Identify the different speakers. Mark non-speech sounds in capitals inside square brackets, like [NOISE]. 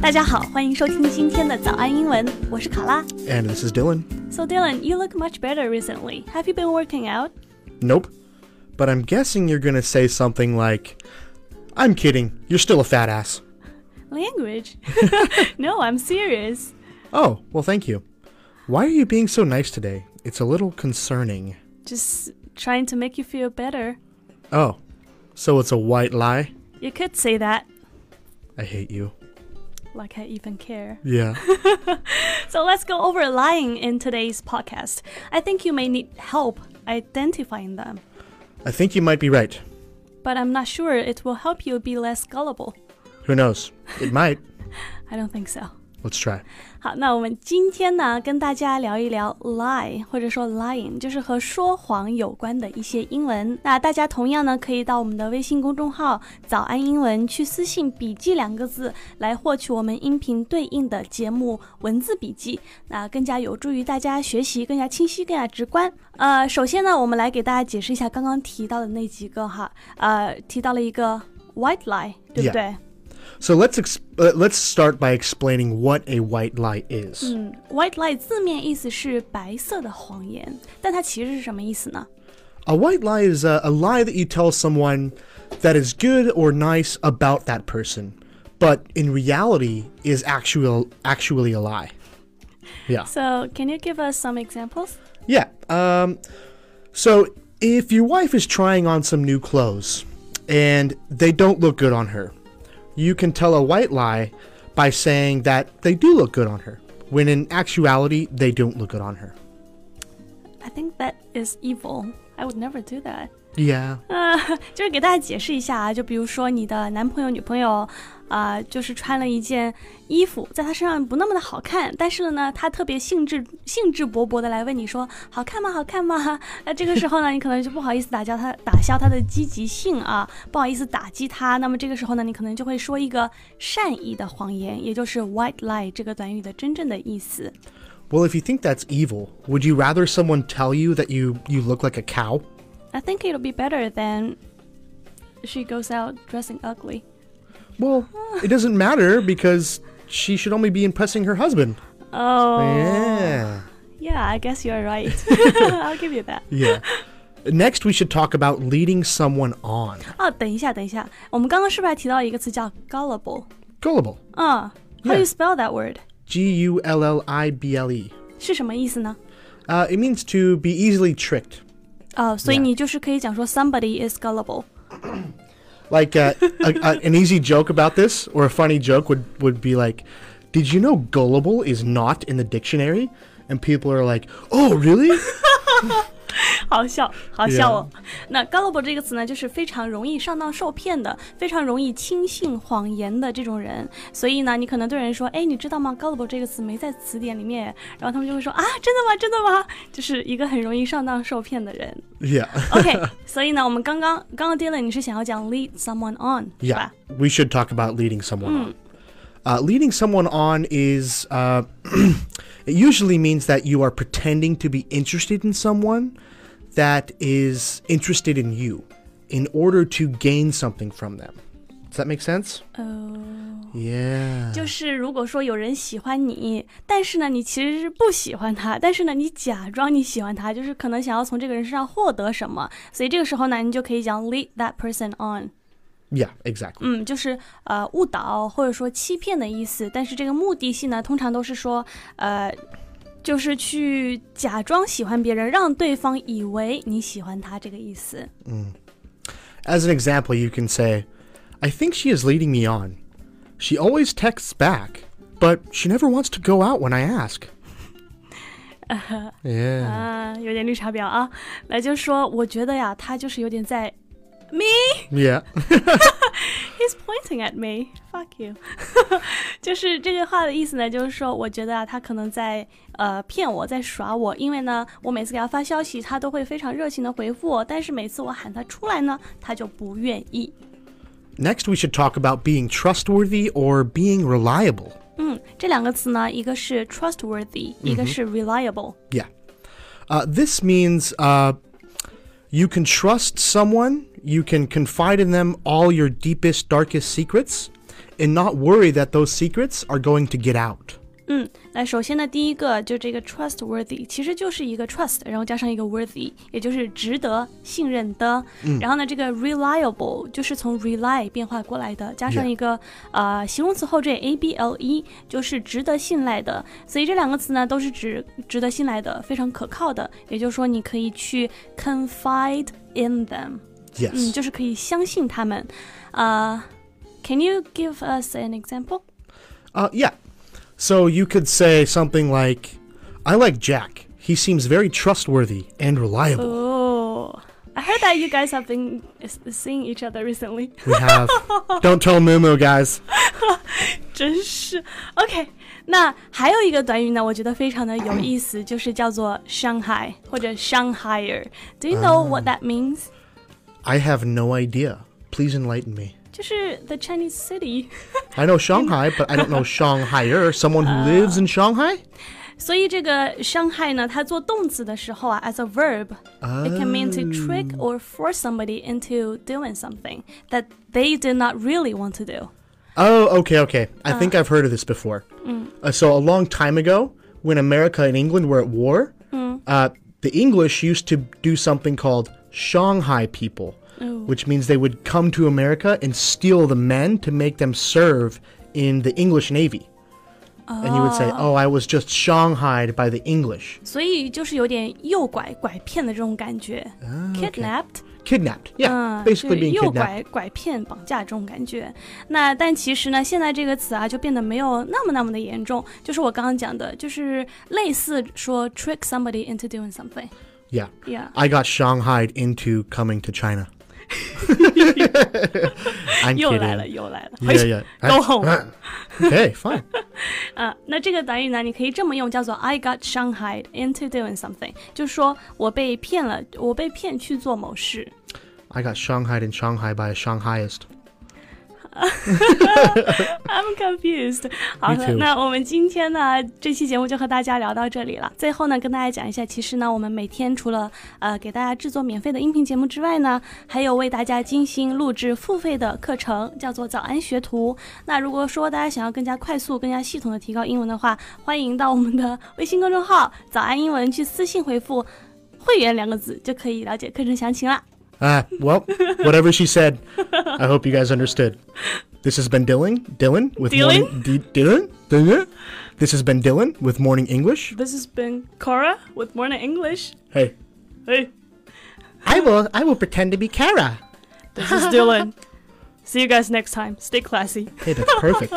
Speaker 1: 大家好，欢迎收听今天的早安英文，我是卡拉。
Speaker 2: And this is Dylan.
Speaker 1: So Dylan, you look much better recently. Have you been working out?
Speaker 2: Nope. But I'm guessing you're going to say something like, I'm kidding. You're still a fat ass.
Speaker 1: Language? [LAUGHS] no, I'm serious.
Speaker 2: Oh, well, thank you. Why are you being so nice today? It's a little concerning.
Speaker 1: Just trying to make you feel better.
Speaker 2: Oh, so it's a white lie?
Speaker 1: You could say that.
Speaker 2: I hate you.
Speaker 1: Like I even care.
Speaker 2: Yeah.
Speaker 1: So let's go over lying in today's podcast. I think you may need help identifying them,
Speaker 2: I think you might be right.
Speaker 1: but I'm not sure it will help you be less gullible.
Speaker 2: Who knows? It might.
Speaker 1: I don't think so.
Speaker 2: Let's try.
Speaker 1: 好，那我们今天呢，跟大家聊一聊 lie 或者说 lying，就是和说谎有关的一些英文。那大家同样呢，可以到我们的微信公众号“早安英文”去私信“笔记”两个字来获取我们音频对应的节目文字笔记，那更加有助于大家学习，更加清晰，更加直观。呃，首先呢，我们来给大家解释一下刚刚提到的那几个哈，呃，提到了一个 white lie，对不
Speaker 2: Yeah.
Speaker 1: 对
Speaker 2: So let's ex- uh, let's start by explaining what a white lie is.
Speaker 1: White lie 字面意思是白色的谎言，但它其实是什么意思呢？
Speaker 2: A white lie is a, a lie that you tell someone that is good or nice about that person, but in reality is actual actually a lie. Yeah.
Speaker 1: So can you give us some examples?
Speaker 2: Yeah. Um, so if your wife is trying on some new clothes and they don't look good on her, you can tell a white lie by saying that they do look good on her, when in actuality they don't look good on her.
Speaker 1: I think that is evil. I would never do that.
Speaker 2: Yeah.
Speaker 1: 啊、就是给大家解释一下啊，就比如说你的男朋友、女朋友，啊、就是穿了一件衣服，在他身上不那么的好看，但是呢，他特别兴致兴致勃勃的来问你说好看吗？好看吗？ [LAUGHS] 那这个时候呢，你可能就不好意思打消他打消他的积极性啊，不好意思打击他。那么这个时候呢，你可能就会说一个善意的谎言，也就是 white lie 这个短语的真正的意思。
Speaker 2: Well, if you think that's evil, would you rather someone tell you that you you look like a cow?
Speaker 1: I think it'll be better than she goes out dressing ugly.
Speaker 2: Well, it doesn't matter because she should only be impressing her husband.
Speaker 1: Oh.
Speaker 2: Yeah.
Speaker 1: Yeah, I guess you're
Speaker 2: [LAUGHS]
Speaker 1: right. [LAUGHS] I'll give you that.
Speaker 2: Yeah. Next, we should talk about leading someone on.
Speaker 1: 哦，等一下，等一下，我们刚刚是不是还提到一个词叫 gullible？
Speaker 2: Gullible.
Speaker 1: 嗯、h o w do you
Speaker 2: Yeah.
Speaker 1: spell that word？
Speaker 2: G U L L I B L E.
Speaker 1: 是什么意思呢？
Speaker 2: Uh, it means to be easily tricked.
Speaker 1: 哦、所以
Speaker 2: Yeah.
Speaker 1: 你就是可以讲说 somebody is gullible。
Speaker 2: Like uh, a, a, an easy joke about this, or a funny joke, would, would be like, Did you know gullible is not in the dictionary? And people are like, Oh, really?
Speaker 1: 好笑，好笑哦。那 gullible 这个词呢，就是非常容易上当受骗的，非常容易轻信谎言的这种人。所以呢，你可能对人说，哎，你知道吗？gullible 这个词没在词典里面，然后他们就会说啊，真的吗？真的吗？就是一个很容易上当受骗的人。
Speaker 2: yeah.
Speaker 1: [LAUGHS] OK，所以呢，我们刚刚刚刚 Dylan 你是想要讲 lead someone on 是
Speaker 2: Yeah,
Speaker 1: 吧？
Speaker 2: we should talk about leading someone on. Uh, leading someone on is uh, [CLEARS THROAT] it usually means that you are pretending to be interested in someone that is interested in you in order to gain something from them. Does that make sense?
Speaker 1: 哦，
Speaker 2: Yeah.
Speaker 1: 就是如果说有人喜欢你，但是呢，你其实是不喜欢他，但是呢，你假装你喜欢他，就是可能想要从这个人身上获得什么，所以这个时候呢，你就可以讲 lead that person on，
Speaker 2: Yeah, exactly.
Speaker 1: 嗯，就是呃误导或者说欺骗的意思，但是这个目的性呢，通常都是说呃。就是去假装喜欢别人，让对方以为你喜欢他，这个意思。
Speaker 2: As an example, you can say, I think she is leading me on. She always texts back, but she never wants to go out when I ask. yeah.
Speaker 1: 啊，有点绿茶婊啊。那就说，我觉得呀，他就是有点在 me。
Speaker 2: Yeah.
Speaker 1: He's pointing at me. Fuck you 。 [LAUGHS] 就是这句话的意思呢，就是说，我觉得啊，他可能在呃骗我，在耍我。因为呢，我每次给他发消息，他都会非常热情的回复我，但是每次我喊他出来呢，他就不愿意。
Speaker 2: Next, we should talk about being trustworthy or being reliable.
Speaker 1: 嗯，这两个词呢，一个是 trustworthy，一个是 reliable。
Speaker 2: Yeah. Uh, this means uh, you can trust someone, you can confide in them all your deepest, darkest secrets and not worry that those secrets are going to get out.
Speaker 1: 嗯，那首先呢，第一个就这个 trustworthy，其实就是一个 trust，然后加上一个 worthy，也就是值得信任的。然后呢，这个 reliable 就是从 rely 变化过来的，加上
Speaker 2: Yeah
Speaker 1: 一个呃形容词后缀 a b l e，就是值得信赖的。所以这两个词呢，都是指值得信赖的、非常可靠的。也就是说，你可以去 confide in them，
Speaker 2: Yes.
Speaker 1: 嗯，就是可以相信他们。呃、c a n you give us an example？
Speaker 2: Uh, yeah. So you could say something like, I like Jack. He seems very trustworthy and reliable.
Speaker 1: Oh, I heard that you guys have been s- seeing each other recently. [LAUGHS]
Speaker 2: We have. Don't tell Mumu, guys.
Speaker 1: 真是 OK。那还有一个短语呢，我觉得非常的有意思，就是叫做 Shanghai 或者 Shanghaier。Do you know what that means？、
Speaker 2: I have no idea. Please enlighten me.
Speaker 1: 就是 the Chinese city。 [LAUGHS]
Speaker 2: I know Shanghai, but I don't know Shanghaier. Someone who lives in Shanghai?
Speaker 1: 所以这个 Shanghai 呢，它做动词的时候啊，as a verb，It can mean to trick or force somebody into doing something that they did not really want to do.
Speaker 2: Oh, okay, okay. I think I've heard of this before. Uh, so, a long time ago, when America and England were at war, uh, the English used to do something called Shanghai people, which means they would come to America and steal the men to make them serve in the English Navy. And you would say, Oh, I was just Shanghaied by the English.
Speaker 1: 所以就是有点诱拐、拐骗的这种感觉、k i d n a p p e d
Speaker 2: Kidnapped. Yeah,
Speaker 1: 嗯，就
Speaker 2: basically
Speaker 1: 是
Speaker 2: being
Speaker 1: 诱
Speaker 2: kidnapped.
Speaker 1: 拐、拐骗、绑架这种感觉。那但其实呢，现在这个词啊，就变得没有那么那么的严重。就是我刚刚讲的，就是类似说 trick somebody into doing something。
Speaker 2: Yeah.
Speaker 1: Yeah.
Speaker 2: I got Shanghaied into coming
Speaker 1: [LAUGHS]
Speaker 2: to China. I'm
Speaker 1: 又来
Speaker 2: kidding.
Speaker 1: 了，又来了，回
Speaker 2: Yeah,
Speaker 1: 去
Speaker 2: yeah.
Speaker 1: go home。
Speaker 2: Okay, fine.
Speaker 1: 啊， [LAUGHS] 那这个短语呢，你可以这么用，叫做 I got Shanghai into doing something，就是说我被骗了，我被骗去做某事。
Speaker 2: I got Shanghaied in Shanghai by a Shanghaiist.
Speaker 1: [LAUGHS] I'm confused。好
Speaker 2: Me
Speaker 1: 的，
Speaker 2: too.
Speaker 1: 那我们今天呢，这期节目就和大家聊到这里了。最后呢，跟大家讲一下，其实呢，我们每天除了呃给大家制作免费的音频节目之外呢，还有为大家精心录制付费的课程，叫做早安学徒。那如果说大家想要更加快速、更加系统的提高英文的话，欢迎到我们的微信公众号“早安英文”去私信回复“会员”两个字，就可以了解课程详情啦。
Speaker 2: Ah, well, whatever she said, I hope you guys understood. This has been Dylan. Dylan with
Speaker 1: Dylan?
Speaker 2: morning. D- Dylan. Dylan. This has been Dylan with morning English.
Speaker 1: This has been Cora with Morning English. 哎
Speaker 2: Hey,
Speaker 1: Hey.
Speaker 2: I will. I will pretend to be Kara.
Speaker 1: This is Dylan. See you guys next time. Stay classy.
Speaker 2: Hey, that's perfect.